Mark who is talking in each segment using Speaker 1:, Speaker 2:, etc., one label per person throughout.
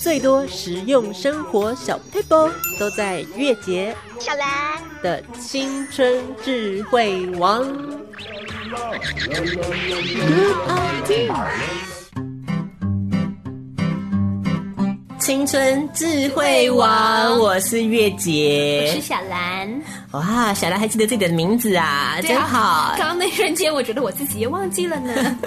Speaker 1: 最多实用生活小 paper 都在月节
Speaker 2: 小兰，
Speaker 1: 的青春智慧王。青春智慧王，我是月
Speaker 2: 我是
Speaker 1: 杰。
Speaker 2: 小兰，
Speaker 1: 哇，小兰还记得自己的名字啊，真好。
Speaker 2: 刚刚那一瞬间，我觉得我自己也忘记了呢。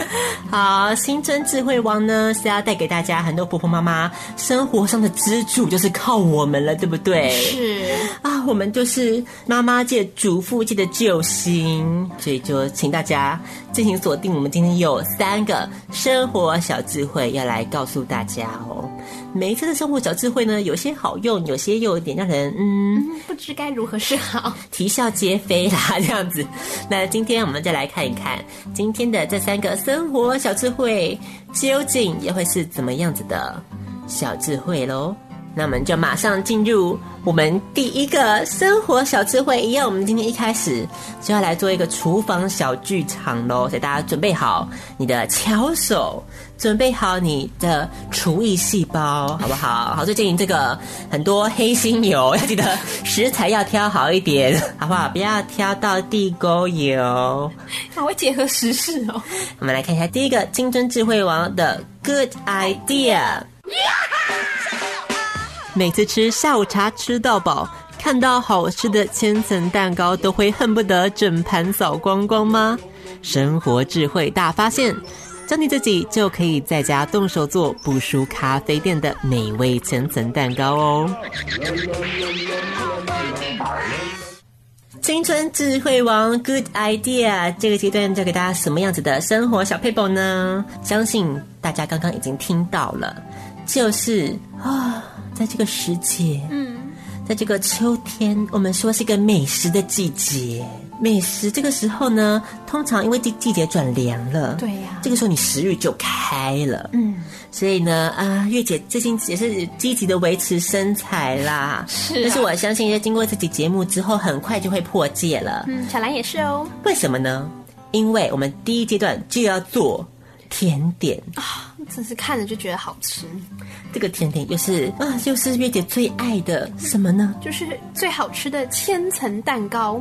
Speaker 1: 好，新增智慧王呢是要带给大家很多婆婆妈妈生活上的支柱，就是靠我们了，对不对？
Speaker 2: 是，
Speaker 1: 啊，我们就是妈妈界、主妇界的救星，所以就请大家进行锁定。我们今天有三个生活小智慧要来告诉大家哦。每一次的生活小智慧呢，有些好用，有些又有点让人嗯
Speaker 2: 不知该如何是好。
Speaker 1: 啼笑皆非啦， 这样子。那今天我们再来看一看今天的这三个生活小智慧，究竟又会是怎么样子的小智慧喽？那我们就马上进入我们第一个生活小智慧，一样，我们今天一开始就要来做一个厨房小剧场喽，所以大家准备好你的巧手，准备好你的厨艺细胞，好不好？好，最近这个很多黑心油，要记得食材要挑好一点，好不好？不要挑到地沟油。
Speaker 2: 那我结合时事哦。
Speaker 1: 我们来看一下第一个金针智慧王的 Good Idea。每次吃下午茶吃到饱，看到好吃的千层蛋糕，都会恨不得整盘扫光光吗？生活智慧大发现，教你自己就可以在家动手做不输咖啡店的美味千层蛋糕哦。青春智慧王 Good Idea 这个阶段教给大家什么样子的生活小配宝呢？相信大家刚刚已经听到了，就是啊，在这个时节，
Speaker 2: 嗯，
Speaker 1: 在这个秋天，我们说是一个美食的季节。美食这个时候呢，通常因为季季节转凉了，
Speaker 2: 对呀
Speaker 1: 这个时候你食欲就开了，
Speaker 2: 嗯，
Speaker 1: 所以呢，啊，月姐最近也是积极的维持身材啦，
Speaker 2: 是啊
Speaker 1: 但是我相信，在经过这期节目之后，很快就会破戒了。
Speaker 2: 嗯，小兰也是哦。
Speaker 1: 为什么呢？因为我们第一阶段就要做甜点，
Speaker 2: 啊真是看着就觉得好吃，
Speaker 1: 这个甜点又是啊，又是月姐最爱的什么呢？
Speaker 2: 就是最好吃的千层蛋糕。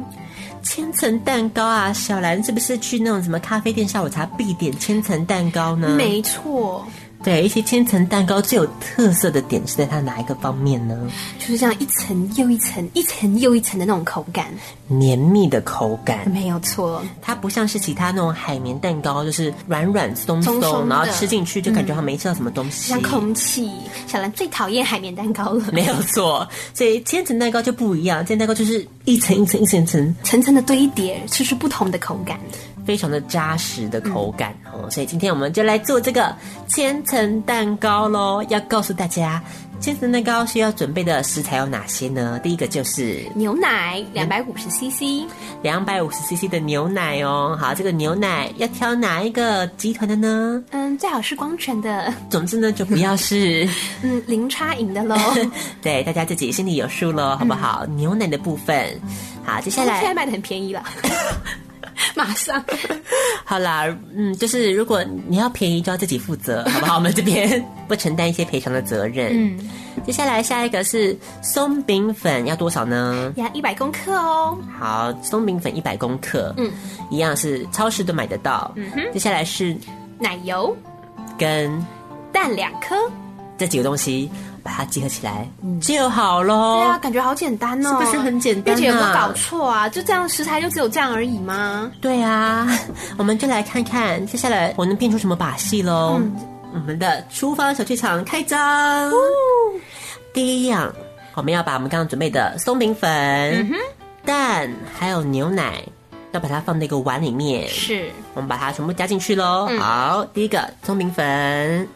Speaker 1: 千层蛋糕啊！小兰是不是去那种什么咖啡店下午茶必点千层蛋糕呢？
Speaker 2: 没错，
Speaker 1: 对，一些千层蛋糕最有特色的点是在它哪一个方面呢？
Speaker 2: 就是这样一层又一层，一层又一层的那种口感，
Speaker 1: 绵密的口感，
Speaker 2: 没有错。
Speaker 1: 它不像是其他那种海绵蛋糕，就是软软松松，
Speaker 2: 松松的嗯
Speaker 1: 然后吃进去就感觉好像没吃到什么东西。
Speaker 2: 像空气，小兰最讨厌海绵蛋糕了，
Speaker 1: 没有错，所以千层蛋糕就不一样，千层蛋糕就是一层一层一层一层，
Speaker 2: 层层的堆叠，吃出不同的口感。
Speaker 1: 非常的扎实的口感哦。所以今天我们就来做这个千层蛋糕喽。要告诉大家，千层蛋糕需要准备的食材有哪些呢？第一个就是
Speaker 2: 牛奶两百五十 CC，
Speaker 1: 两百五十 CC 的牛奶哦。好，这个牛奶要挑哪一个集团的呢？
Speaker 2: 嗯，最好是光泉的，
Speaker 1: 总之呢，就不要是。
Speaker 2: 嗯，零差 饮的喽。
Speaker 1: 对，大家自己心里有数喽，好不好？牛奶的部分，好，接下
Speaker 2: 现在
Speaker 1: 来
Speaker 2: 现在卖的很便宜了，马上
Speaker 1: 好啦，嗯，就是如果你要便宜，就要自己负责，好不好？我们这边不承担一些赔偿的责任。嗯，接下来下一个是松饼粉，要多少呢？
Speaker 2: 要一百公克哦。
Speaker 1: 好，松饼粉一百公克，
Speaker 2: 嗯，
Speaker 1: 一样是超市都买得到。嗯哼，接下来是
Speaker 2: 奶油
Speaker 1: 跟
Speaker 2: 蛋两
Speaker 1: 哦
Speaker 2: 颗，
Speaker 1: 这几个东西把它结合起来、就好喽。
Speaker 2: 嗯对啊，感觉好简单哦，
Speaker 1: 是不是很简单啊
Speaker 2: 月姐有没有搞错啊？就这样食材就只有这样而已吗？
Speaker 1: 对啊， 我们就来看看接下来我能变出什么把戏喽。
Speaker 2: 嗯
Speaker 1: 我们的厨房小剧场开张。第一样，我们要把我们刚刚准备的松饼粉、
Speaker 2: 嗯
Speaker 1: 蛋还有牛奶，要把它放在一个碗里面。
Speaker 2: 是，嗯
Speaker 1: 我们把它全部加进去喽。好，第一个松饼粉。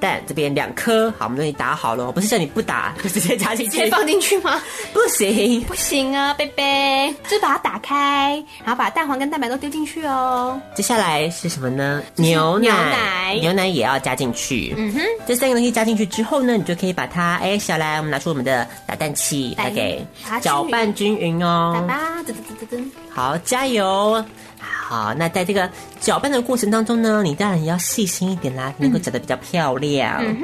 Speaker 1: 蛋这边两颗，好，我们都已经打好了，不是叫你不打，就直接加进
Speaker 2: 直
Speaker 1: 去
Speaker 2: 接，放进去吗？
Speaker 1: 不行，
Speaker 2: 不行啊，贝贝， 就是把它打开，然后把蛋黄跟蛋白都丢进去哦。
Speaker 1: 接下来是什么呢？牛奶，
Speaker 2: 牛奶
Speaker 1: 牛奶也要加进去。嗯哼，这三个东西加进去之后呢，你就可以把它，哎，小兰，我们拿出我们的打蛋器
Speaker 2: 来
Speaker 1: 来给
Speaker 2: 把它均匀
Speaker 1: 搅拌均匀哦
Speaker 2: 来。吧，噔噔噔噔噔，
Speaker 1: 好，加油！好，好，那在这个搅拌的过程当中呢，你当然也要细心一点啦，能够搅得比较漂亮。嗯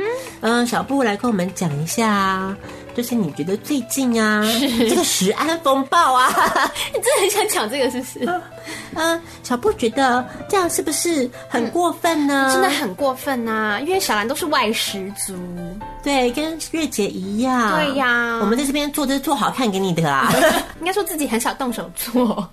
Speaker 1: 小布来跟我们讲一下，就是你觉得最近啊，这个食安风暴啊，
Speaker 2: 你真的很想讲这个是不是？
Speaker 1: 嗯，小布觉得这样是不是很过分呢？
Speaker 2: 真的很过分呐、因为小兰都是外食族，
Speaker 1: 对，跟月姐一样。
Speaker 2: 对呀
Speaker 1: 我们在这边做就是做好看给你的啊。
Speaker 2: 应该说自己很少动手做。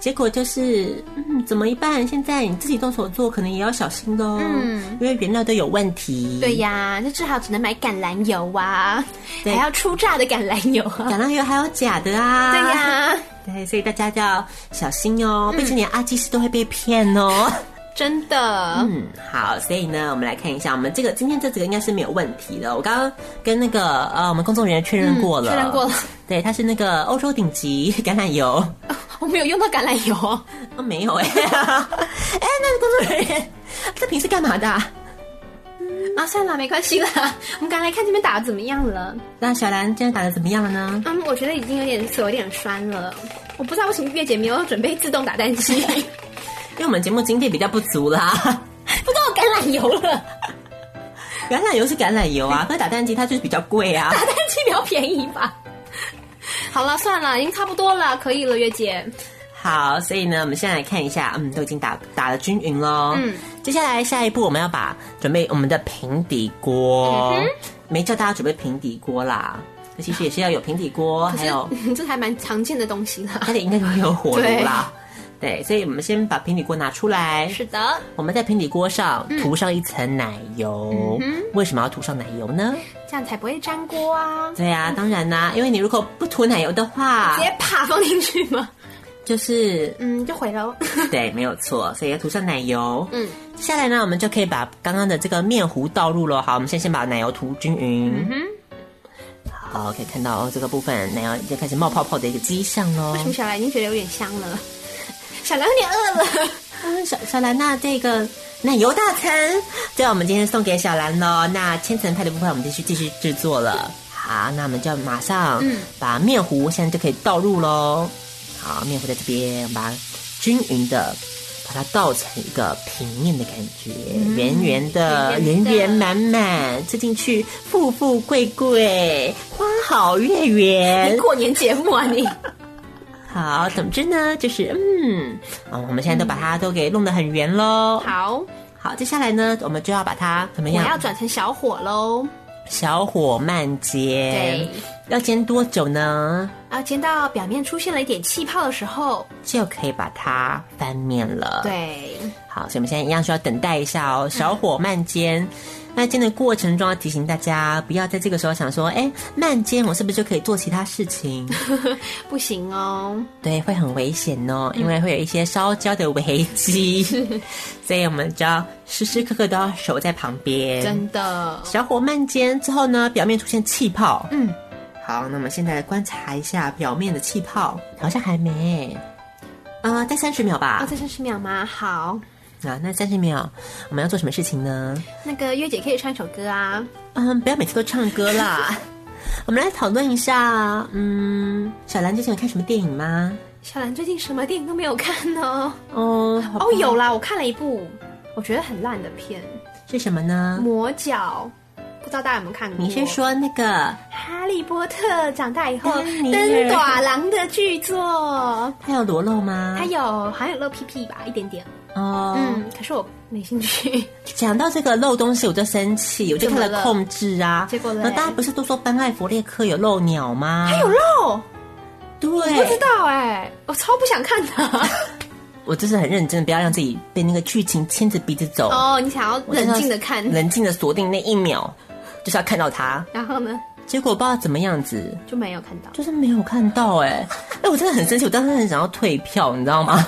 Speaker 1: 结果就是，嗯，怎么一半？现在你自己动手做，可能也要小心喽。
Speaker 2: 嗯，
Speaker 1: 因为原料都有问题。
Speaker 2: 对、呀，那只好只能买橄榄油啊，还
Speaker 1: 对
Speaker 2: 要出榨的橄榄油 啊。
Speaker 1: 橄榄油还有假的啊。
Speaker 2: 对、呀、 嗯
Speaker 1: 对，所以大家都要小心哦，毕竟连阿基师都会被骗哦。
Speaker 2: 真的。
Speaker 1: 嗯，好，所以呢，我们来看一下，我们这个今天这几个应该是没有问题的。我刚刚跟那个呃，我们工作人员确认过了，
Speaker 2: 嗯确认过了。
Speaker 1: 对，它是那个欧洲顶级橄榄油。
Speaker 2: 我没有用到橄榄油，
Speaker 1: 啊，没有哎、哎、那工作人员，这瓶是干嘛的啊、
Speaker 2: 啊，算了，没关系啦。 我们刚来看这边打的怎么样了。
Speaker 1: 那小兰今天打的怎么样了呢？
Speaker 2: 嗯，我觉得已经有点手有点酸了。我不知道为什么月姐没有准备自动打蛋 机，不
Speaker 1: 因为我们节目经费比较不足啦。
Speaker 2: 知道橄榄油了。
Speaker 1: 橄榄油是橄榄油啊，可是打蛋机它就是比较贵啊。
Speaker 2: 打蛋机比较便宜吧。好了，算了，已经差不多了，可以了，月姐。
Speaker 1: 好，所以呢，我们现在来看一下，嗯，都已经打打了均匀喽。
Speaker 2: 嗯，
Speaker 1: 接下来下一步我们要把准备我们的平底锅，没叫大家准备平底锅啦，这其实也是要有平底锅，
Speaker 2: 哎
Speaker 1: 还有
Speaker 2: 这这还蛮常见的东西啦。
Speaker 1: 家里应该会有火炉啦。对，所以我们先把平底锅拿出来。
Speaker 2: 是的，
Speaker 1: 我们在平底锅上
Speaker 2: 嗯
Speaker 1: 涂上一层奶油，为什么要涂上奶油呢？
Speaker 2: 这样才不会粘锅啊。
Speaker 1: 对啊，当然啦、因为你如果不涂奶油的话
Speaker 2: 直，接啪放进去吗？
Speaker 1: 就是
Speaker 2: 啊嗯，就毁了哦。
Speaker 1: 对，没有错，所以要涂上奶油。
Speaker 2: 嗯，
Speaker 1: 接下来呢，我们就可以把刚刚的这个面糊倒入了。好，我们先先把奶油涂均匀。
Speaker 2: 嗯
Speaker 1: 好，可以看到哦，这个部分奶油已经开始冒泡泡的一个迹象喽
Speaker 2: 我。们小兰已经觉得有点香了， 小兰有点饿了。
Speaker 1: 嗯，小小兰娜这个奶油大餐，对，我们今天送给小兰喽。那千层派的部分，我们继续继续制作了。好，那我们就马上
Speaker 2: 嗯
Speaker 1: 把面糊现在就可以倒入喽。好，面糊在这边，我们把它均匀的把它倒成一个平面的感觉，圆圆的，圆
Speaker 2: 圆圆的
Speaker 1: 圆满满，吃进去富富贵贵，花好月圆
Speaker 2: 你。过年节目啊你？
Speaker 1: 好，总之呢，就是嗯，啊，我们现在都把它都给弄得很圆喽。
Speaker 2: 好，
Speaker 1: 好，接下来呢，我们就要把它怎么
Speaker 2: 我要
Speaker 1: 样？
Speaker 2: 转成小火喽。
Speaker 1: 小火慢煎
Speaker 2: 对，
Speaker 1: 要煎多久呢？
Speaker 2: 然后啊煎到表面出现了一点气泡的时候，
Speaker 1: 就可以把它翻面了。，
Speaker 2: 对，
Speaker 1: 好，所以我们现在一样需要等待一下哦，小火慢 煎。那煎的过程中要提醒大家，不要在这个时候想说，哎，慢煎我是不是就可以做其他事情？
Speaker 2: 不行哦。
Speaker 1: 对，会很危险哦，因为会有一些烧焦的危机， 所以我们就要时时刻刻都要守在旁边。
Speaker 2: 真的，
Speaker 1: 小火慢煎之后呢，表面出现气泡。嗯，好，那我们现在来观察一下表面的气泡，好像还没。呃，待三十秒
Speaker 2: 啊，
Speaker 1: 吧。
Speaker 2: 这三十秒吗？好，
Speaker 1: 啊，那三十秒，我们要做什么事情呢？
Speaker 2: 那个月姐可以唱一首歌啊。
Speaker 1: 嗯，不要每次都唱歌啦。 我们来讨论一下，嗯，小兰最近有看什么电影吗？
Speaker 2: 小兰最近什么电影都没有看哦。
Speaker 1: 哦，好吧
Speaker 2: 哦，有啦，我看了一部我觉得很烂的片
Speaker 1: 是什么
Speaker 2: 《
Speaker 1: 呢？
Speaker 2: 魔角》，不知道大家有没有看过？
Speaker 1: 你是说那个
Speaker 2: 《哈利波特》长大以后
Speaker 1: 丹尼尔
Speaker 2: 登短郎的巨作？
Speaker 1: 它有裸露吗？
Speaker 2: 还有好像有露屁屁吧，一点点。
Speaker 1: 哦，嗯
Speaker 2: 嗯，可是我没兴趣。
Speaker 1: 讲到这个漏东西，我就生气，我就看
Speaker 2: 怎么
Speaker 1: 了
Speaker 2: 了
Speaker 1: 控制啊。
Speaker 2: 结果嘞
Speaker 1: 那大家不是都说班艾弗列克有漏鸟吗？
Speaker 2: 哎有肉，
Speaker 1: 对，
Speaker 2: 不知道哎、我超不想看的。
Speaker 1: 我就是很认真，不要让自己被那个剧情牵着鼻子走。
Speaker 2: 哦，你想要
Speaker 1: 我真
Speaker 2: 冷静的看，
Speaker 1: 冷静的锁定那一秒，就是要看到它。
Speaker 2: 然后呢
Speaker 1: 结果不知道怎么样子，
Speaker 2: 就没有看到。
Speaker 1: 就是没有看到 哎、哎、我真的很生气，我当时很想要退票，你知道吗？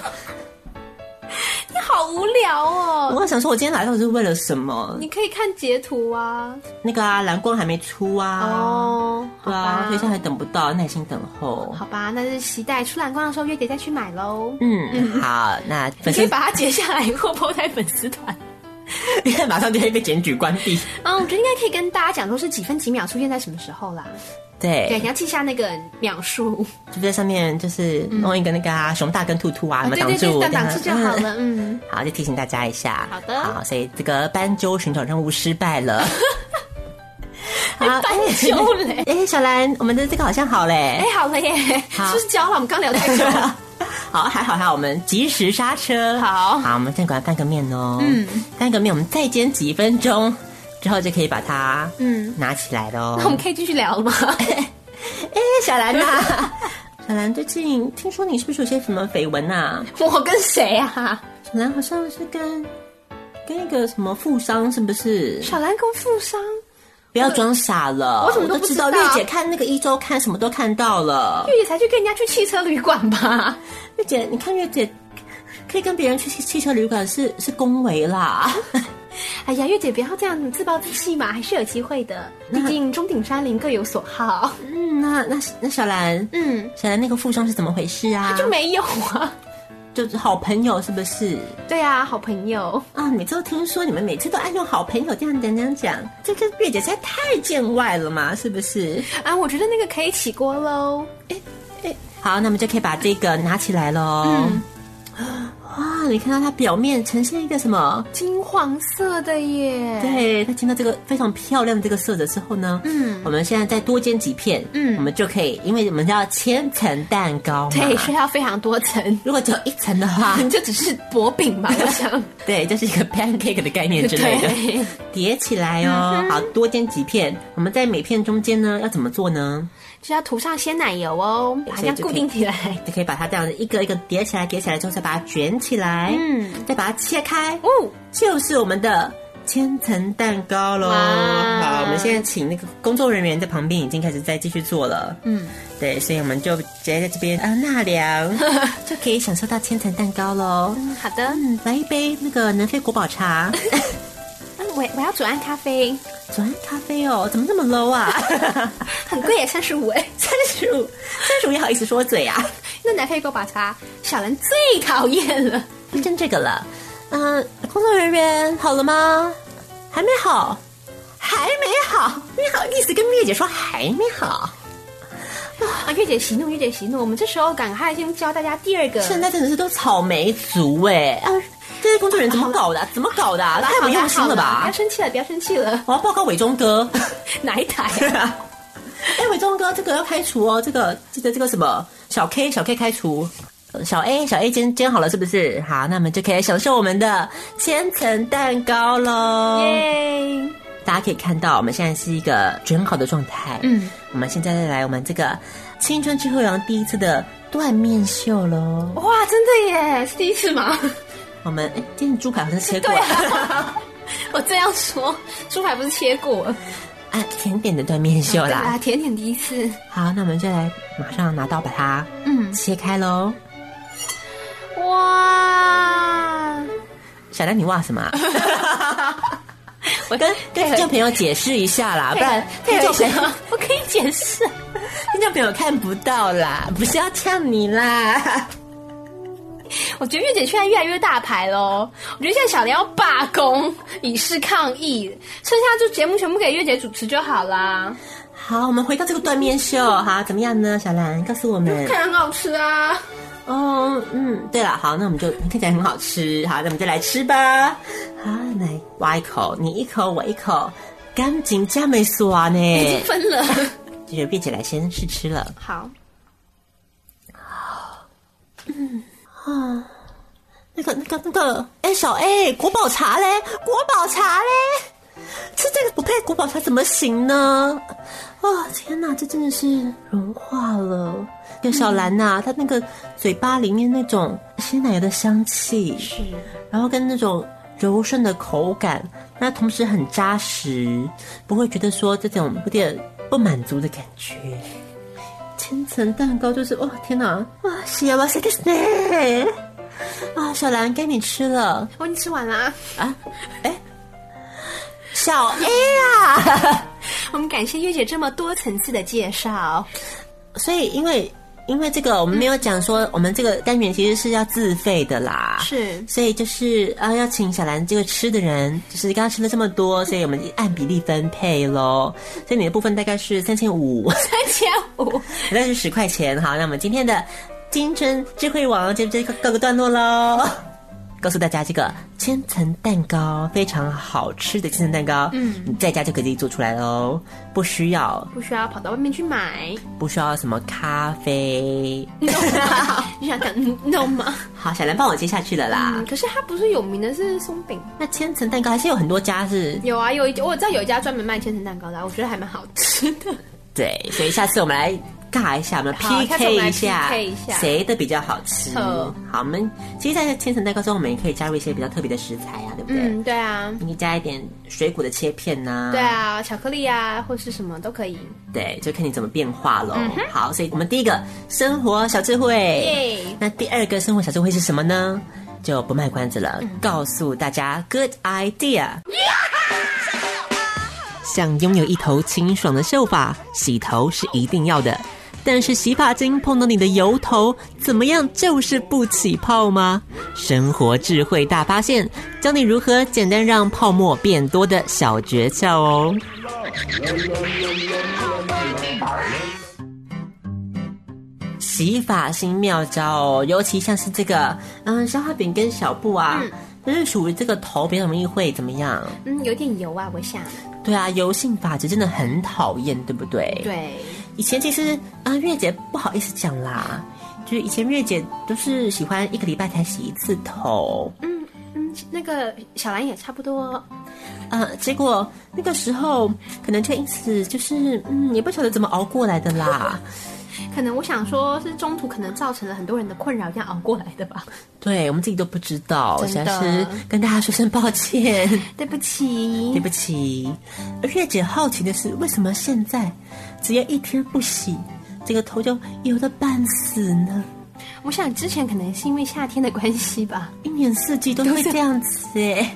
Speaker 2: 你好无聊哦。
Speaker 1: 我想说，我今天来到底是为了什么？
Speaker 2: 你可以看截图啊。
Speaker 1: 那个啊，蓝光还没出啊。
Speaker 2: 哦，好
Speaker 1: 对
Speaker 2: 吧
Speaker 1: 啊，所以现在还等不到，耐心等候。
Speaker 2: 好吧，那就期待出蓝光的时候月姐再去买喽。
Speaker 1: 嗯，好，那
Speaker 2: 你
Speaker 1: 粉
Speaker 2: 可以
Speaker 1: 丝
Speaker 2: 把它截下来，以后抛在粉丝团。
Speaker 1: 你 看马上就会被检举关闭。
Speaker 2: 嗯，我觉得应该可以跟大家讲说是几分几秒出现在什么时候啦。对，
Speaker 1: 对，
Speaker 2: 你要记下那个秒数，
Speaker 1: 就在上面就是弄一个那个啊，熊大跟兔兔啊，什么
Speaker 2: 对
Speaker 1: 挡
Speaker 2: 哦对
Speaker 1: 住，
Speaker 2: 对，
Speaker 1: 我
Speaker 2: 但挡住就好了。嗯，
Speaker 1: 好，就提醒大家一下。
Speaker 2: 好的
Speaker 1: 好，所以这个斑鸠寻找任务失败 了。好，
Speaker 2: 斑鸠嘞
Speaker 1: 哎、 哎小兰，我们的这个好像好嘞
Speaker 2: 哎、。好了耶，是
Speaker 1: 好
Speaker 2: 不是交了？我们刚聊太久了。
Speaker 1: 好，还好还好，我们及时刹车。
Speaker 2: 好
Speaker 1: 好，我们再给它翻个面哦。嗯，翻个面，我们再煎几分钟之后就可以把它
Speaker 2: 嗯，
Speaker 1: 拿起来喽。
Speaker 2: 那我们可以继续聊了吗？
Speaker 1: 哎、小兰啊呐、小兰，最近听说你是不是有些什么绯闻啊？
Speaker 2: 我跟谁啊？
Speaker 1: 小兰好像是跟跟一个什么富商，是不是？
Speaker 2: 小兰跟富商，
Speaker 1: 不要装傻了，
Speaker 2: 啊我什么都
Speaker 1: 都
Speaker 2: 不
Speaker 1: 知
Speaker 2: 知道
Speaker 1: 月姐看那个一周刊，什么都看到了。
Speaker 2: 月姐才去跟人家去汽车旅馆吧？
Speaker 1: 月姐，你看月姐可以跟别人去汽汽车旅馆是是恭维啦。
Speaker 2: 哎呀，月姐不要这样自暴自弃嘛，还是有机会的。毕竟钟鼎山林各有所 好。
Speaker 1: 嗯，那那那小兰，
Speaker 2: 嗯，
Speaker 1: 小兰那个富商是怎么回事啊？
Speaker 2: 他就没有啊。
Speaker 1: 就是好朋友是不是？
Speaker 2: 对啊，好朋友。
Speaker 1: 啊，每次都听说你们每次都爱用好朋友这样讲讲讲，这个月姐实在太见外了嘛，是不是？
Speaker 2: 啊，我觉得那个可以起锅喽。
Speaker 1: 好，那我们就可以把这个拿起来喽。
Speaker 2: 嗯
Speaker 1: 哇，你看到它表面呈现一个什么？
Speaker 2: 金黄色的耶。，
Speaker 1: 对，它经到这个非常漂亮的这个色泽之后呢，
Speaker 2: 嗯
Speaker 1: 我们现在再多煎几片，
Speaker 2: 嗯
Speaker 1: 我们就可以，因为我们叫千层蛋糕嘛，
Speaker 2: 对，需要非常 多层。
Speaker 1: 如果只有一层的 话，
Speaker 2: 你就只是薄饼 吧，我想。
Speaker 1: 对，就是一个 pancake 的概念之类的，
Speaker 2: 对， 嗯
Speaker 1: 叠起来哦，好多煎几片。我们在每片中间呢，要怎么做呢？
Speaker 2: 就要涂上鲜奶油哦，把它这样固定起来。
Speaker 1: 就可以把它这样子一个一个叠起来，叠起来之后再把它卷起来，
Speaker 2: 嗯，
Speaker 1: 再把它切开，
Speaker 2: 哦，
Speaker 1: 就是我们的千层蛋糕喽。
Speaker 2: 哇
Speaker 1: 好，我们现在请那个工作人员在旁边已经开始在继续做了。
Speaker 2: 嗯，
Speaker 1: 对，所以我们就直接在这边啊纳 凉，就可以享受到千层蛋糕喽。
Speaker 2: 嗯好的。
Speaker 1: 嗯，来一杯那个南非国宝 茶，
Speaker 2: 嗯，我我要煮安咖啡，
Speaker 1: 左岸咖啡哦，怎么那么 low 啊？
Speaker 2: 很贵耶，三十五 哎。
Speaker 1: 三十五，三十五也好意思说嘴啊？
Speaker 2: 那南非狗把茶，小兰最讨厌了。
Speaker 1: 就真这个了。嗯、工作人员好了吗？还没好，还没好，你好意思跟月姐说还没好？
Speaker 2: 啊，月姐息怒，月姐息怒。我们这时候赶快先教大家第二个。
Speaker 1: 现在真的是都草莓族哎、啊！这些工作人员怎么搞的啊、怎么搞的啊、
Speaker 2: 好啦，
Speaker 1: 太不用心了
Speaker 2: 好啦好啦不
Speaker 1: 吧
Speaker 2: 要！生气了，不要生气 了。
Speaker 1: 我要报告伟忠 哥。
Speaker 2: 哪一台啊、
Speaker 1: 哎，伟忠哥，这个要开除哦，这个记得这个什么小 K 小 K 开除。呃小 A 小 A 煎煎好了是不是？好，那我们就可以享受我们的千层蛋糕喽。
Speaker 2: 耶、
Speaker 1: 大家可以看到，我们现在是一个卷好的状态。
Speaker 2: 嗯，
Speaker 1: 我们现在再来我们这个青春之后阳第一次的缎面秀喽。
Speaker 2: 哇，真的耶，是第一次吗？
Speaker 1: 我们哎，今天猪排好像是切过
Speaker 2: 对
Speaker 1: 了，
Speaker 2: 啊， 我这样说，猪排不是切过？
Speaker 1: 啊，甜点的缎面秀
Speaker 2: 对
Speaker 1: 啦。
Speaker 2: 啊，甜点第一次。
Speaker 1: 好，那我们就来马上拿刀把它
Speaker 2: 嗯，
Speaker 1: 切开喽。
Speaker 2: 哇，
Speaker 1: 小兰，你哇什么 啊？
Speaker 2: 我
Speaker 1: 跟跟
Speaker 2: 配合
Speaker 1: 听众朋友解释一下啦，
Speaker 2: 啊
Speaker 1: 不然
Speaker 2: 配
Speaker 1: 听
Speaker 2: 合
Speaker 1: 众朋
Speaker 2: 一
Speaker 1: 友
Speaker 2: 下，我可以解释。
Speaker 1: 听众朋友 看不到啦，不是要呛你啦。
Speaker 2: 我觉得月姐现在越来越大牌喽。我觉得现在小莲要罢工以示抗议，剩下就节目全部给月姐主持就好啦。
Speaker 1: 好，我们回到这个缎面秀，好，怎么样呢？小兰，告诉我们。
Speaker 2: 看很好吃啊！
Speaker 1: 哦，嗯，对了，好，那我们就看起来很好吃，好，那我们就来吃吧。好，来挖一口，你一口，我一口，干净加美耍呢。
Speaker 2: 已经分 了。
Speaker 1: 这就变起来先试吃了。
Speaker 2: 好，
Speaker 1: 那个、那个、那个，哎，小 A，国宝茶嘞，国宝茶嘞，吃这个不配国宝茶怎么行呢？哦，天哪，这真的是融化了。有小兰呐、她那个嘴巴里面那种鲜奶油的香气，
Speaker 2: 是
Speaker 1: 然后跟那种柔顺的口感，那同时很扎实，不会觉得说这种有点不满足的感觉。千层蛋糕就是哇，天哪，哇，幸せですね！啊，小兰该你吃了
Speaker 2: 我已经吃完啦。
Speaker 1: 啊！哎，小 A 啊，
Speaker 2: 我们感谢月姐这么多层次的介绍。
Speaker 1: 所以因为因为这个我们没有讲说，我们这个单元其实是要自费的啦。
Speaker 2: 是
Speaker 1: 所以就是啊，要请小兰这个吃的人，就是刚刚吃了这么多，所以我们按比例分配喽。所以你的部分大概是三千五，
Speaker 2: 三千五，
Speaker 1: 大概是十块钱。好，那我们今天的青春智慧网就这个告个段落喽。 告诉大家，这个千层蛋糕非常好吃的千层蛋糕，嗯，你在家就可以自己做出来喽，不需要
Speaker 2: 不需要跑到外面去买，
Speaker 1: 不需要什么咖啡。
Speaker 2: 你懂吗？你想讲你懂吗？
Speaker 1: 好，小兰帮我接下去了啦。
Speaker 2: 嗯，可是它不是有名的是松饼，
Speaker 1: 那千层蛋糕还是有很多家是
Speaker 2: 有啊，有一我知道有一家专门卖千层蛋糕的啊，我觉得还蛮好吃的。
Speaker 1: 对，所以下次我们来尬一下，我们
Speaker 2: 好下次我
Speaker 1: PK
Speaker 2: 们来
Speaker 1: 一下
Speaker 2: PK 一下
Speaker 1: 谁的比较好吃。
Speaker 2: 好
Speaker 1: 好，我们其实，在千层蛋糕中，我们也可以加入一些比较特别的食材啊，对不对？
Speaker 2: 嗯，对啊，
Speaker 1: 你可以加一点水果的切片呐、
Speaker 2: 对啊，巧克力啊，或是什么都可以。
Speaker 1: 对，就看你怎么变化喽。好，所以我们第一个生活小智慧，
Speaker 2: 耶
Speaker 1: 那第二个生活小智慧是什么呢？就不卖关子了，告诉大家 good idea。想拥有一头清爽的秀发，洗头是一定要的。但是洗发精碰到你的油头，怎么样就是不起泡吗？生活智慧大发现，教你如何简单让泡沫变多的小诀窍哦。洗发新妙招哦，尤其像是这个，嗯，消化饼跟小布啊，就是属于这个头比较容易会怎么样？
Speaker 2: 嗯，有点油啊，我想。
Speaker 1: 对啊，油性发质真的很讨厌，对不对？。
Speaker 2: 对，
Speaker 1: 以前其实啊，月姐不好意思讲啦，就是以前月姐都是喜欢一个礼拜才洗一次头，
Speaker 2: 嗯嗯，那个小兰也差不多哦。
Speaker 1: 呃，结果那个时候可能就因此就是嗯，也不晓得怎么熬过来的 啦。
Speaker 2: 可能我想说，是中途可能造成了很多人的困扰，这样熬过来的吧。
Speaker 1: 对我们自己都不知道，实在
Speaker 2: 真的
Speaker 1: 是跟大家说声抱歉，
Speaker 2: 对不起，
Speaker 1: 对不起。而月姐好奇的是，为什么现在只要一天不洗，这个头就油的半死呢？
Speaker 2: 我想之前可能是因为夏天的关系吧，
Speaker 1: 一年四季都会这样子哎，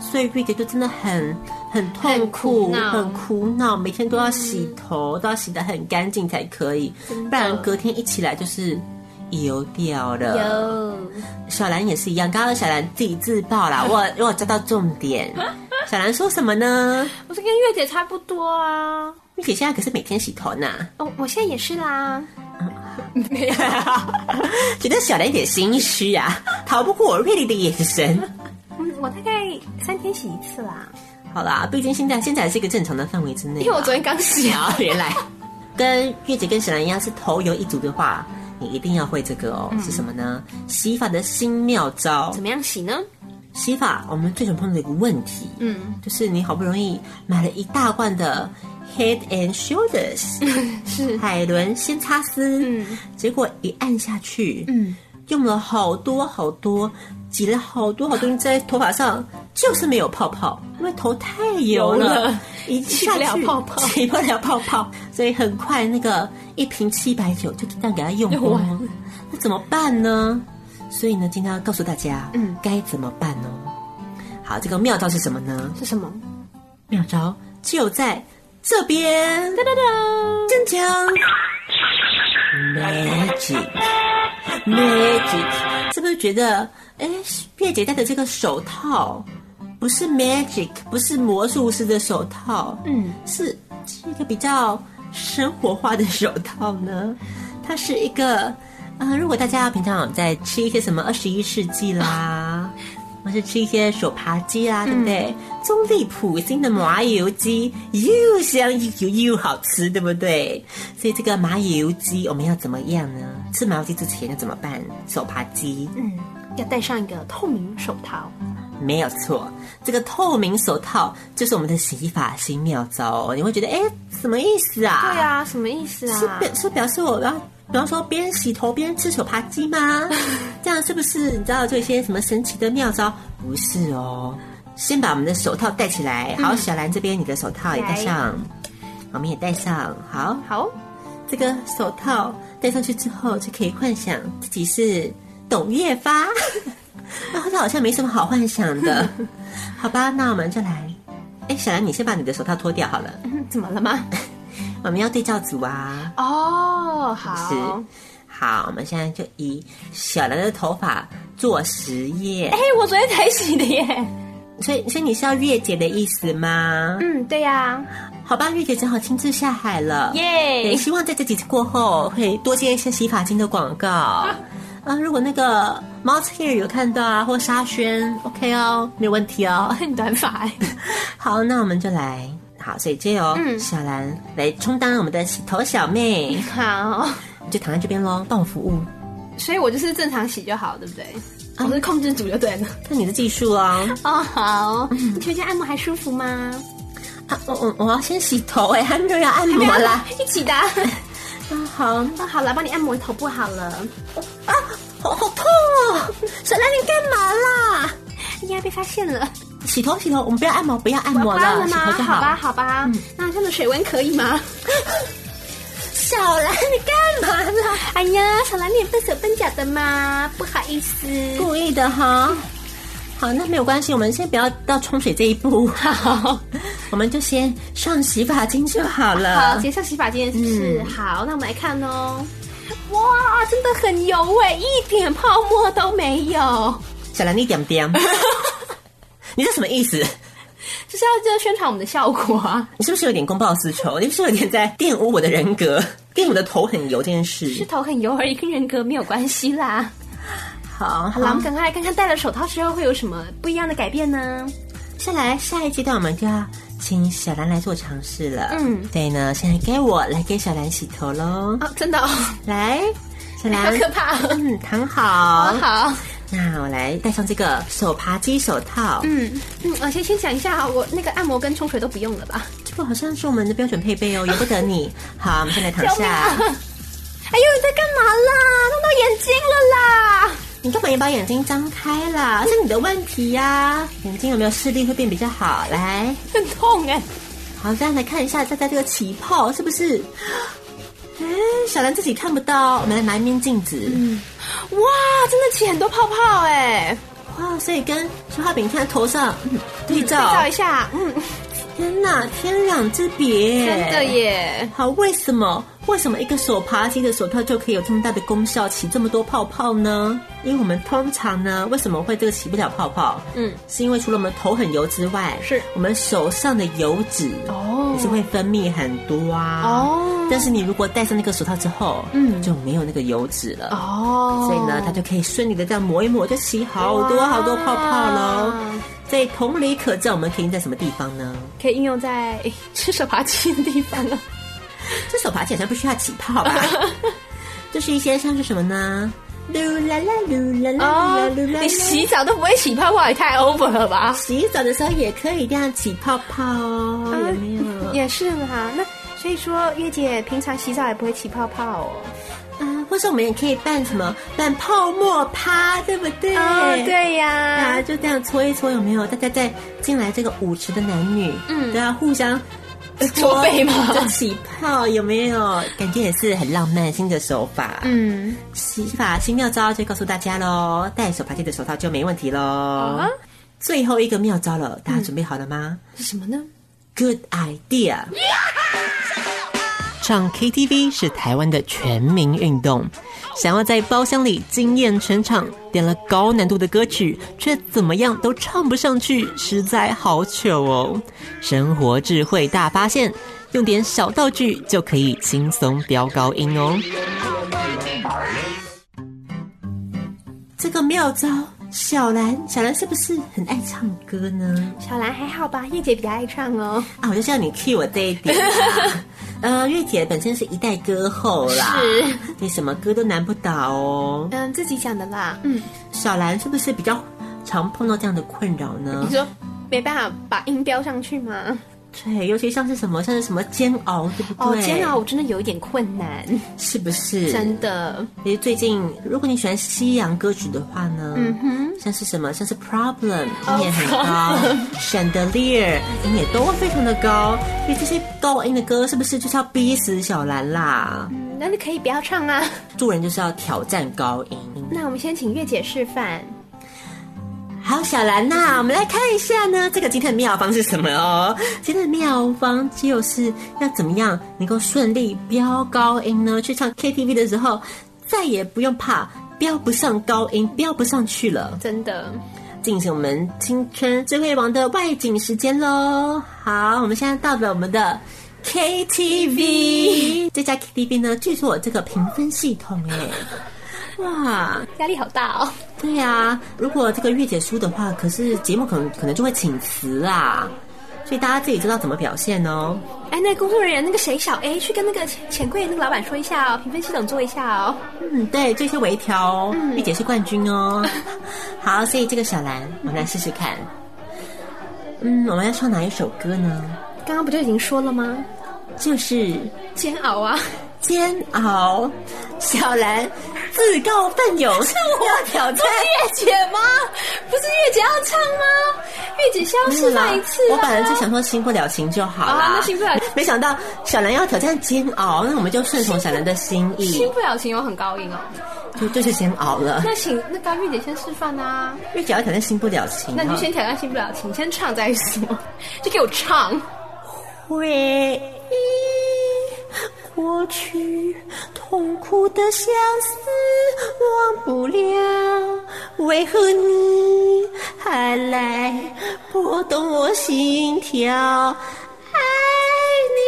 Speaker 1: 所以瑞姐就真的很很痛苦，
Speaker 2: 很苦恼
Speaker 1: 很苦恼，每天都要洗头，都要洗得很干净才可以，
Speaker 2: 真的
Speaker 1: 不然隔天一起来就是油掉了。
Speaker 2: 有
Speaker 1: 小兰也是一样，刚刚小兰自己自爆啦，我我有抓到重 点。小兰说什么呢？
Speaker 2: 我是跟月姐差不多啊。
Speaker 1: 瑞姐现在可是每天洗头呢，
Speaker 2: 哦，我现在也是啦。
Speaker 1: 觉得小兰有点心虚啊，逃不过我锐利的眼神。
Speaker 2: 嗯，我大概三天洗一次啦，
Speaker 1: 好啦，毕竟现在现在还是一个正常的范围之内啦。
Speaker 2: 因为我昨天刚洗啊。
Speaker 1: 原来 跟月姐跟沈兰一样是头油一族的话，你一定要会这个哦。
Speaker 2: 嗯
Speaker 1: 是什么呢？洗发的新妙招
Speaker 2: 怎。么样洗呢？
Speaker 1: 洗发我们最常碰到的一个问题，
Speaker 2: 嗯，
Speaker 1: 就是你好不容易买了一大罐的 Head and Shoulders
Speaker 2: 是
Speaker 1: 海伦鲜擦丝，
Speaker 2: 嗯
Speaker 1: 结果一按下去，
Speaker 2: 嗯，
Speaker 1: 用了好多好多，挤了好多好多东西在头发上，就是没有泡泡，因为头太油
Speaker 2: 油
Speaker 1: 了
Speaker 2: 了，
Speaker 1: 一
Speaker 2: 挤
Speaker 1: 下
Speaker 2: 不了
Speaker 1: 去
Speaker 2: 泡泡
Speaker 1: 挤不了泡泡，所以很快那个一瓶七百九就这样给它用
Speaker 2: 用
Speaker 1: 光
Speaker 2: 完
Speaker 1: 了，那怎么办呢？所以呢，今天要告诉大家，
Speaker 2: 嗯，
Speaker 1: 该怎么办哦。好，这个妙招是什么呢？
Speaker 2: 是什么？
Speaker 1: 妙招就在这边，噔噔噔，真强，magic magic，是不是觉得，哎，月姐戴的这个手套不是 magic，不是魔术师的手套，
Speaker 2: 嗯，
Speaker 1: 是是一个比较生活化的手套呢？它是一个，呃，如果大家平常有在吃一些什么二十一世纪啦，或是吃一些手扒鸡啦，对不对？中立普京的麻油鸡又香又又好吃，对不对？所以这个麻油鸡我们要怎么样呢？吃麻油鸡之前要怎么办？手扒鸡
Speaker 2: 嗯，要戴上一个透明手套。
Speaker 1: 没有错，这个透明手套就是我们的洗发新妙招哦。你会觉得，哎，什么意思啊？
Speaker 2: 对啊，什么意思
Speaker 1: 是
Speaker 2: 啊？
Speaker 1: 表是表示我要，比方说边洗头边吃手扒鸡 吗？这样是不是你知道这些什么神奇的妙招？不是哦，嗯先把我们的手套戴起来。好，小兰这边你的手套也戴上，我们也戴上。好，
Speaker 2: 好，
Speaker 1: 这个手套戴上去之后，就可以幻想自己是董月发。 啊，这好像没什么好幻想 的。好吧，那我们就来。哎，小兰，你先把你的手套脱掉好了。
Speaker 2: 嗯，怎么了吗？
Speaker 1: 我们要对照组啊。
Speaker 2: 哦，好
Speaker 1: 是，好，我们现在就以小兰的头发做实验
Speaker 2: 哎、。我昨天才洗的耶。
Speaker 1: 所以，所以你是要月姐的意思吗？
Speaker 2: 嗯，对呀、
Speaker 1: 好吧，月姐只好亲自下海了。也
Speaker 2: 耶、
Speaker 1: 希望在这几次过后会多接一些洗发精的广 告。啊，如果那个 Mouse Hair 有看到啊，或沙宣，OK 哦，没有问题哦。
Speaker 2: 很短发耶，
Speaker 1: 好，那我们就来。好，所以借由
Speaker 2: 嗯
Speaker 1: 小兰来充当我们的洗头小妹，
Speaker 2: 好，
Speaker 1: 你就躺在这边喽，帮我服务，
Speaker 2: 所以我就是正常洗就好，对不对？
Speaker 1: 嗯
Speaker 2: 我是控制组就对了。
Speaker 1: 看你的技术哦。
Speaker 2: 哦，好，你觉得这样按摩还舒服吗？
Speaker 1: 啊，我我我要先洗头哎、还没有要按摩啦。，
Speaker 2: 一起的。
Speaker 1: 啊，好，
Speaker 2: 哦，好了，帮你按摩头部好了。
Speaker 1: 好好痛哦！小兰，你干嘛啦？
Speaker 2: 应哎该被发现了，
Speaker 1: 洗头洗头，我们不要按摩，不要按摩
Speaker 2: 我要关了
Speaker 1: 洗
Speaker 2: 吗？
Speaker 1: 头就
Speaker 2: 好嗯吧，。好吧。那这样的水温可以吗？
Speaker 1: 小兰，你干嘛啦？
Speaker 2: 哎呀，小兰，你也笨手笨脚的嘛，不好意思。
Speaker 1: 故意的哈。好，那没有关系，我们先不要到冲水这一步，
Speaker 2: 好，
Speaker 1: 我们就先上洗发精就好
Speaker 2: 好，
Speaker 1: 了。
Speaker 2: 直接上洗发间是不是？
Speaker 1: 嗯
Speaker 2: 好，那我们来看哦。哇，真的很油哎，一点泡沫都没有。
Speaker 1: 小兰，你点点，你这什么意思？
Speaker 2: 就是要这宣传我们的效果啊！
Speaker 1: 你是不是有点公报私仇？你是不是有点在玷污我的人格，玷污我的头很油这件
Speaker 2: 是
Speaker 1: 事？
Speaker 2: 头很油而已，跟人格没有关系啦。
Speaker 1: 好，好
Speaker 2: 好了，我们赶快来看看戴了手套之后会有什么不一样的改变呢？
Speaker 1: 下来下一阶段我们就要请小兰来做尝试了。
Speaker 2: 嗯
Speaker 1: 对呢，现在该我来给小兰洗头喽。
Speaker 2: 啊，真的、哦，
Speaker 1: 来，小
Speaker 2: 好
Speaker 1: 兰，
Speaker 2: 可怕、哦！
Speaker 1: 嗯，躺好。
Speaker 2: 好好，
Speaker 1: 那我来戴上这个手扒鸡手套，
Speaker 2: 嗯嗯，我先先讲一下啊，我那个按摩跟冲水都不用了吧？
Speaker 1: 这个好像是我们的标准配备 哦，由不得你。好，我们先来躺
Speaker 2: 救命啊！
Speaker 1: 下。
Speaker 2: 哎呦，你在干嘛啦？弄到眼睛了啦！
Speaker 1: 你干嘛也把眼睛张开啦？是你的问题呀、眼睛有没有视力会变比较好？来，
Speaker 2: 很痛哎、
Speaker 1: 好，这样来看一下大家这个起泡是不是？ 哎，小兰自己看不到，我们来拿一面镜子。
Speaker 2: 哇，真的起很多泡泡哎、
Speaker 1: 哇，所以跟消化饼看头上、嗯、对照，
Speaker 2: 照一下，嗯，
Speaker 1: 天哪，天壤之别，
Speaker 2: 真的！耶！
Speaker 1: 好，为什么为什么一个手扒鸡的手套就可以有这么大的功效，起这么多泡泡呢？因为我们通常呢，为什么会这个起不了泡泡？
Speaker 2: 嗯，
Speaker 1: 是因为除了我们头很油之外，
Speaker 2: 是
Speaker 1: 我们手上的油脂
Speaker 2: 哦
Speaker 1: 也是会分泌很多啊。
Speaker 2: 哦
Speaker 1: 但是你如果戴上那个手套之后，
Speaker 2: 嗯
Speaker 1: 就没有那个油脂了。
Speaker 2: 哦
Speaker 1: 所以呢，它就可以顺利的这样抹一抹，就起好多好多泡泡喽
Speaker 2: 哇。
Speaker 1: 所以同理可证，我们可以用在什么地方呢？
Speaker 2: 可以应用在 诶吃手扒鸡的地方了。啊
Speaker 1: 这手爬起来才不需要起泡 吧？就是一些像是什么呢？噜啦啦噜啦啦
Speaker 2: 哦，
Speaker 1: 噜啦噜啦，
Speaker 2: 你洗澡都不会洗泡泡，也太 over 了吧？
Speaker 1: 洗澡的时候也可以这样起泡泡哦，有没有？
Speaker 2: 啊也是哈，那所以说月姐平常洗澡也不会起泡泡哦。
Speaker 1: 啊，或是我们也可以办什么办泡沫趴，对不对？
Speaker 2: 哦，。对
Speaker 1: 啊，
Speaker 2: 呀，
Speaker 1: 就这样搓一搓，有没有？大家在进来这个舞池的男女，
Speaker 2: 嗯
Speaker 1: 都要互相
Speaker 2: 搓背吗
Speaker 1: 就起泡有没有？感觉也是很浪漫新的手法。
Speaker 2: 嗯，
Speaker 1: 洗发新妙招就告诉大家喽，戴手帕贴的手套就没问题喽。
Speaker 2: 啊
Speaker 1: 最后一个妙招了，大家准备好了吗、
Speaker 2: 是什么呢？
Speaker 1: g o o d idea。唱 KTV 是台湾的全民运动，想要在包厢里惊艳全场，点了高难度的歌曲，却怎么样都唱不上去，实在好糗哦！生活智慧大发现，用点小道具就可以轻松飙高音哦。这个妙招，小兰，小兰是不是很爱唱歌呢？
Speaker 2: 小兰还好吧？月姐比较爱唱哦。
Speaker 1: 啊，我就像你 cue 我这一点 啦。呃，月姐本身是一代歌后啦，
Speaker 2: 是，
Speaker 1: 你什么歌都难不倒哦。
Speaker 2: 嗯，自己讲的啦。嗯，
Speaker 1: 小兰是不是比较常碰到这样的困扰呢
Speaker 2: 你？说没办法把音标上去吗？
Speaker 1: 对，尤其像是什么，像是什么煎熬，对不
Speaker 2: 哦
Speaker 1: 对？，
Speaker 2: 煎熬我真的有一点困难，
Speaker 1: 是不是？
Speaker 2: 真的。
Speaker 1: 其实最近，如果你喜欢西洋歌曲的话呢，
Speaker 2: 嗯哼，
Speaker 1: 像是什么，像是 Problem
Speaker 2: 哦
Speaker 1: 音也很高 ，Chandelier 音也都非常的高，所以这些高音的歌是不是就是要逼死小兰啦？
Speaker 2: 嗯那你可以不要唱啊。
Speaker 1: 做人就是要挑战高音。
Speaker 2: 那我们先请月姐示范。
Speaker 1: 好，小兰呐、我们来看一下呢，这个今天的妙方是什么哦？今天的妙方就是要怎么样能够顺利飙高音呢？去唱 KTV 的时候。再也不用怕飙不上高音、飙不上去了。
Speaker 2: 真的，
Speaker 1: 进行我们青春智慧王的外景时间喽。好，我们现在到了我们的 KTV，这家 KTV 呢，据说有这个评分系统哎，哇，
Speaker 2: 压力好大哦。
Speaker 1: 对啊，如果这个月姐输的话，可是节目可能可能就会请辞啊，所以大家自己知道怎么表现哦。
Speaker 2: 哎，那工作人员那个谁小 A 去跟那个钱钱柜那个老板说一下哦，评分系统做一下哦。
Speaker 1: 嗯，对，做一些微调哦。月姐是冠军哦。好，所以这个小兰，我们来试试看。嗯，我们要唱哪一首歌呢？
Speaker 2: 刚刚不就已经说了吗？
Speaker 1: 就是《
Speaker 2: 煎熬啊，
Speaker 1: 煎熬》，小兰自告奋勇要挑战。
Speaker 2: 月姐吗？不是月姐要唱吗？月姐是要示范一次、啊。
Speaker 1: 我本来就想说新不了情就好啦，
Speaker 2: 好啊那新不了情
Speaker 1: 没想到小兰要挑战煎熬，那我们就顺从小兰的心意
Speaker 2: 新，不了情有很高音哦。
Speaker 1: 就就是煎熬了。
Speaker 2: 那请那高月姐先示范啊，
Speaker 1: 月姐要挑战新不了情，
Speaker 2: 那你就先挑战新不了情，先唱再说，就给我唱。
Speaker 1: 回忆过去痛苦的相思忘不了，为何你还来拨动我心跳？爱你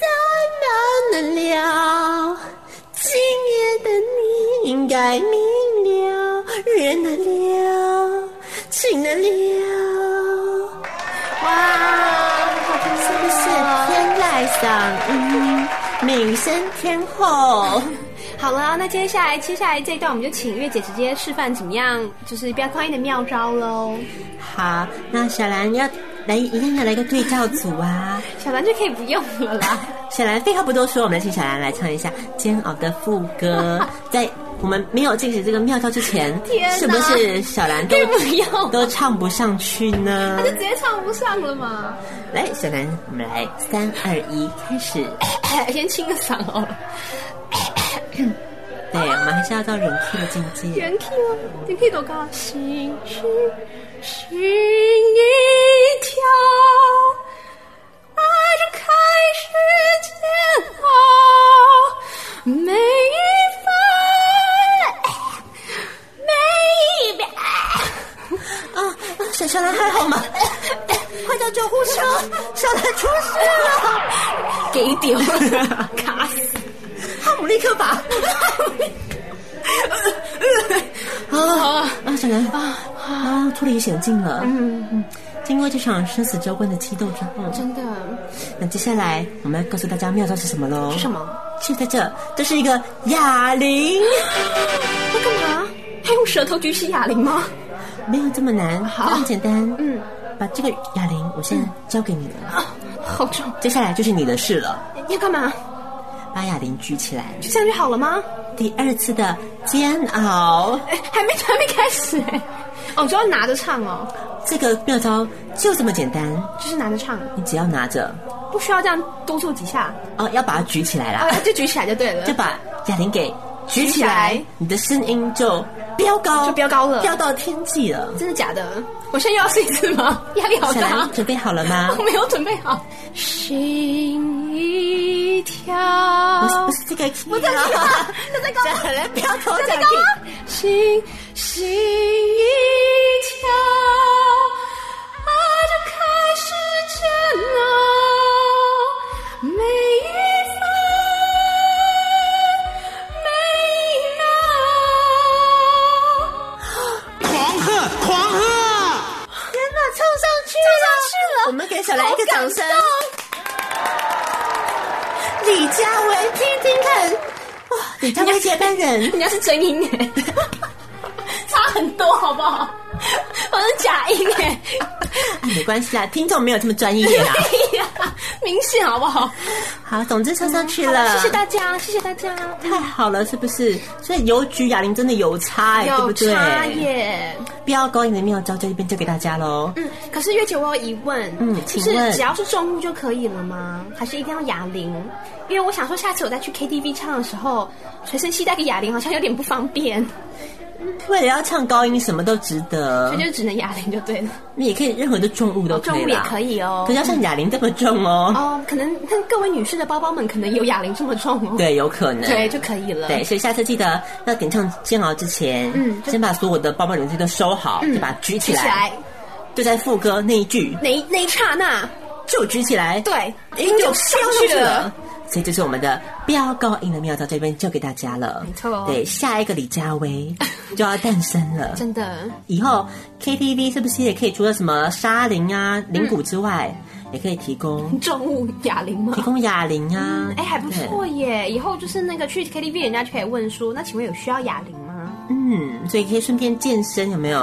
Speaker 1: 怎么能了？今夜的你应该明了，忍得了，情得了。
Speaker 2: 哇，
Speaker 1: 是不是天籁嗓音，美声天后？
Speaker 2: 好了，那接下来接下来这一段，我们就请月姐直接示范怎么样，就是比较宽一点的妙招喽。
Speaker 1: 好，那小兰要来一定要来个对照组 啊！
Speaker 2: 小兰就可以不用了啦。
Speaker 1: 小兰废话不多说，我们来请小兰来唱一下《煎熬》的副歌。在我们没有进行这个妙招之前
Speaker 2: 天，哪
Speaker 1: 是不是小兰都
Speaker 2: 可以不要
Speaker 1: 都唱不上去呢
Speaker 2: 她就？直接唱不上了嘛，
Speaker 1: 来，小兰，我们来三二一，开始。
Speaker 2: 先清个嗓哦，
Speaker 1: 对，我们还是要到人气的境界。
Speaker 2: 元 K 哦，元 K 多高啊？心是心一跳，爱就开始煎熬，每一分，每一秒。
Speaker 1: 啊啊！小小兰还好吗？快叫救护车！小兰出事了！
Speaker 2: 给丢，卡死！
Speaker 1: 哈姆立克吧！啊啊！小兰啊啊！脱离险境了。嗯嗯。经过这场生死交关的激斗之后，
Speaker 2: 真的
Speaker 1: 那接下来我们要告诉大家妙招是什么喽？
Speaker 2: 是什？么？
Speaker 1: 就在这，这是一个哑铃，
Speaker 2: 要干嘛？还用舌头举起哑铃吗？
Speaker 1: 没有这么难，非
Speaker 2: 好
Speaker 1: 常简单。
Speaker 2: 嗯，啊
Speaker 1: 把这个哑铃，我现在交给你了。
Speaker 2: 好重！
Speaker 1: 接下来就是你的事了，
Speaker 2: 要干嘛？
Speaker 1: 把哑铃举起来。
Speaker 2: 就这样就好了吗？
Speaker 1: 第二次的煎熬，
Speaker 2: 哎，还没还没开始哎、哦，就要拿着唱哦，
Speaker 1: 这个妙招就这么简单，
Speaker 2: 就是拿着唱，
Speaker 1: 你只要拿着
Speaker 2: 不需要这样多做几下，
Speaker 1: 哦，要把它举起来啦，
Speaker 2: 啊，就举起来就对了
Speaker 1: 就。把哑铃给举起来
Speaker 2: 举起来，
Speaker 1: 你的声音就飙高，
Speaker 2: 就飙高了
Speaker 1: 飙到天际了。
Speaker 2: 真的假的？我现在又要试一次 吗？压力好
Speaker 1: 小
Speaker 2: 大
Speaker 1: 兰，，准备好了吗？
Speaker 2: 我没有准备好。心一跳，
Speaker 1: 不是不是这个 key
Speaker 2: 不在
Speaker 1: 啊
Speaker 2: 高啊，就在高啊，
Speaker 1: 小兰飙头奖
Speaker 2: 就在高啊，心心一跳，爱就开始煎熬，每一分每一秒。
Speaker 3: 狂喝，狂喝！
Speaker 1: 天哪，冲上去了，
Speaker 2: 上去了
Speaker 1: 我们给小兰一个掌声。李佳薇，听听看，哇，李 佳薇接班人。
Speaker 2: 人家是真音哎，差很多好不好？我是假音哎，
Speaker 1: 啊没关系啦，听众没有这么专业啦。
Speaker 2: 哎呀，明显好不好？
Speaker 1: 好，总之唱上去
Speaker 2: 好
Speaker 1: 了，
Speaker 2: 谢谢大家，谢谢大家，
Speaker 1: 太好了，是不是？所以邮局哑铃真的有差、欸，对不
Speaker 2: 有
Speaker 1: 对？
Speaker 2: 差耶。
Speaker 1: 不要高音的妙招在这边教给大家喽。
Speaker 2: 嗯，可是月姐，我有疑问，
Speaker 1: 嗯
Speaker 2: 就
Speaker 1: 请问
Speaker 2: 是只要是重物就可以了吗？还是一定要哑铃？因为
Speaker 1: 嗯
Speaker 2: 我想说，下次我再去 KTV 唱的时候，随身携带个哑铃好像有点不方便。
Speaker 1: 为了要唱高音，什么都值得
Speaker 2: 这。就只能哑铃就对了，
Speaker 1: 你也可以任何的重物都可
Speaker 2: 重
Speaker 1: 以
Speaker 2: 物也
Speaker 1: 啦，
Speaker 2: 可以哦
Speaker 1: 可是。要像哑铃这么重哦。
Speaker 2: 哦，可能那各位女士的包包们可能有哑铃这么重哦。
Speaker 1: 对，有可能。
Speaker 2: 对，就可以了。
Speaker 1: 对，所以下次记得要点唱煎熬之前，
Speaker 2: 嗯就嗯
Speaker 1: 先把所有的包包零钱都收好，就把它举起
Speaker 2: 举
Speaker 1: 来，
Speaker 2: 起来，
Speaker 1: 就在副歌那一句
Speaker 2: 那一那一刹那，
Speaker 1: 就举起来，
Speaker 2: 对，
Speaker 1: 音
Speaker 2: 音
Speaker 1: 哎就
Speaker 2: 就
Speaker 1: 上
Speaker 2: 上
Speaker 1: 去
Speaker 2: 去
Speaker 1: 了
Speaker 2: 了。
Speaker 1: 所以这是我们的飙高音的妙招，这边就给大家了。
Speaker 2: 没错哦
Speaker 1: 对，下一个李佳薇 就要诞生了。
Speaker 2: 真的
Speaker 1: 以后 KTV 是不是也可以除了什么沙铃啊、铃鼓之外，
Speaker 2: 嗯
Speaker 1: 也可以提供
Speaker 2: 重物哑铃吗
Speaker 1: 提？供哑铃啊？
Speaker 2: 哎，还不
Speaker 1: 对
Speaker 2: 错耶！以后就是那个去 KTV，人家就可以问说，那请问有需要哑铃吗？
Speaker 1: 嗯，所以可以顺便健身，有没 有？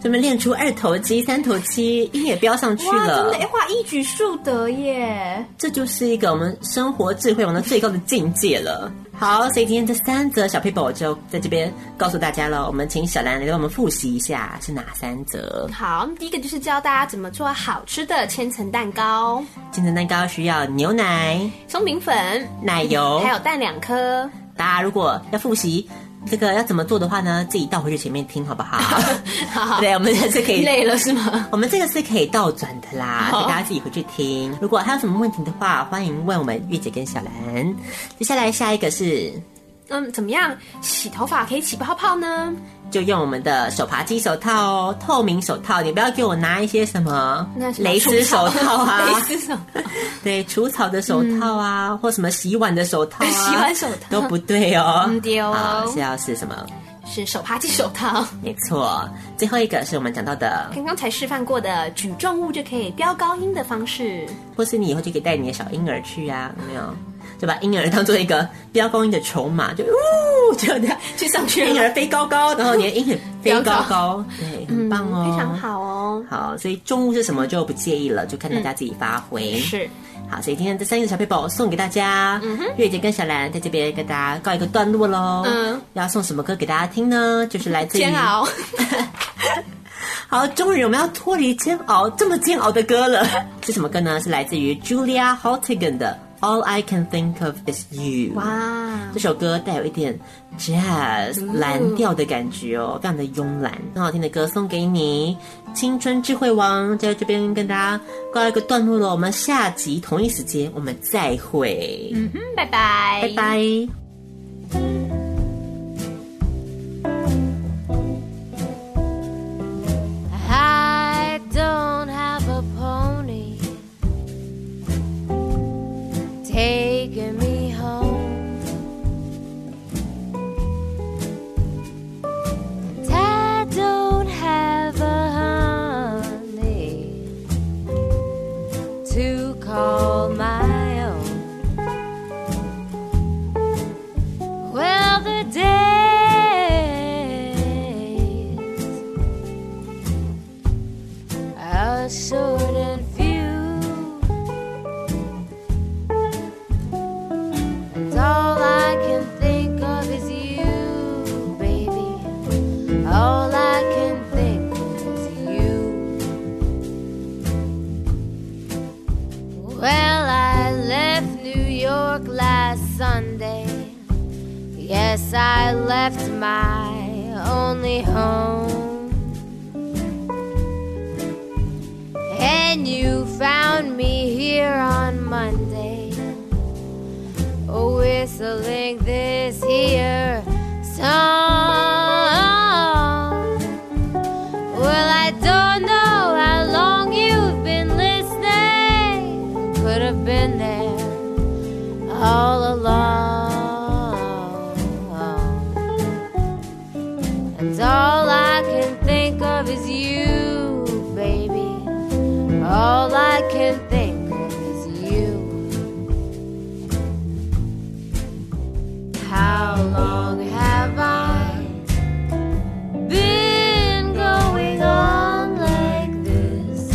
Speaker 1: 顺便练出二头肌、三头肌，音也飙上去
Speaker 2: 哇，真
Speaker 1: 了
Speaker 2: 的，。哎，哇，一举数得耶！
Speaker 1: 这就是一个我们生活智慧王的最高的境界了。好，所以今天这三则小 paper 我就在这边告诉大家了。我们请小兰来帮我们复习一下是哪三则。
Speaker 2: 好，第一个就是教大家怎么做好吃的千层蛋糕，
Speaker 1: 千层蛋糕需要牛奶、
Speaker 2: 松饼粉，
Speaker 1: 奶油，
Speaker 2: 还有蛋两颗。
Speaker 1: 大家如果要复习这个要怎么做的话呢，自己倒回去前面听好不好？
Speaker 2: 好，
Speaker 1: 对，我们这次可以
Speaker 2: 累了是吗？
Speaker 1: 我们这个是可以倒转的啦，
Speaker 2: 好
Speaker 1: 给大家自己回去听。如果还有什么问题的话，欢迎问我们月姐跟小兰。接下来下一个是，
Speaker 2: 嗯，怎么样洗头发可以起泡泡呢？
Speaker 1: 就用我们的手扒鸡手套哦，透明手套，你不要给我拿一些什么
Speaker 2: 那是
Speaker 1: 蕾丝手套啊，
Speaker 2: 蕾丝手套，
Speaker 1: 对，除草的手套啊，或什么洗碗的手套、啊，
Speaker 2: 洗碗手套
Speaker 1: 都不对哦，
Speaker 2: 嗯对哦
Speaker 1: 啊是要是什么？
Speaker 2: 是手帕系手套。
Speaker 1: 没错，最后一个是我们讲到的，
Speaker 2: 刚刚才示范过的举重物就可以飙高音的方式，
Speaker 1: 或是你以后就可以带你的小婴儿去啊，有没有？就把婴儿当做一个标高音的筹码，就呜，就这样。
Speaker 2: 去上去
Speaker 1: 婴
Speaker 2: 了，
Speaker 1: 儿飞高高，然后你的婴儿飞高高，对，很棒哦，
Speaker 2: 非常。好哦。
Speaker 1: 好，所以中午是什么就不介意了，就看大家自己发挥。
Speaker 2: 是，
Speaker 1: 好，所以今天这三个小 paper 送给大家。月姐跟小兰在这边跟大家告一个段落喽。
Speaker 2: 嗯，
Speaker 1: 要送什么歌给大家听呢？就是来自于
Speaker 2: 煎熬，
Speaker 1: 好，终于我们要脱离煎熬这么煎熬的歌了。 是什么歌呢？是来自于 Julia Hortigan 的《All I Can Think of Is You》。
Speaker 2: 哇
Speaker 1: 这，首歌带有一点 jazz
Speaker 2: 嗯
Speaker 1: 蓝调的感觉哦，非常的慵懒，很好听的歌送给你。青春智慧王就在这边跟大家告一个段落了，我们下集同一时间我们再会，
Speaker 2: 嗯哼，拜拜，
Speaker 1: 拜拜。
Speaker 4: I don't have a pony taking me home. And I don't have a honey to call my own. Well, the days are short and few. And all I can think of is you, baby. All I can think is you. Well, I left New York last Sunday. Yes, I left my only home. And you found me here on Monday, Oh, whistling this here song. Well, I don't know how long you've been listening. Could have been there all along. And all I can think of is you, baby. All I can think of is you. How long have I been going on like this?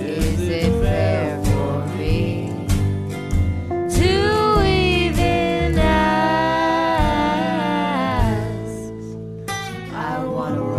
Speaker 4: Is it fair for me? to even ask. I wanna ah.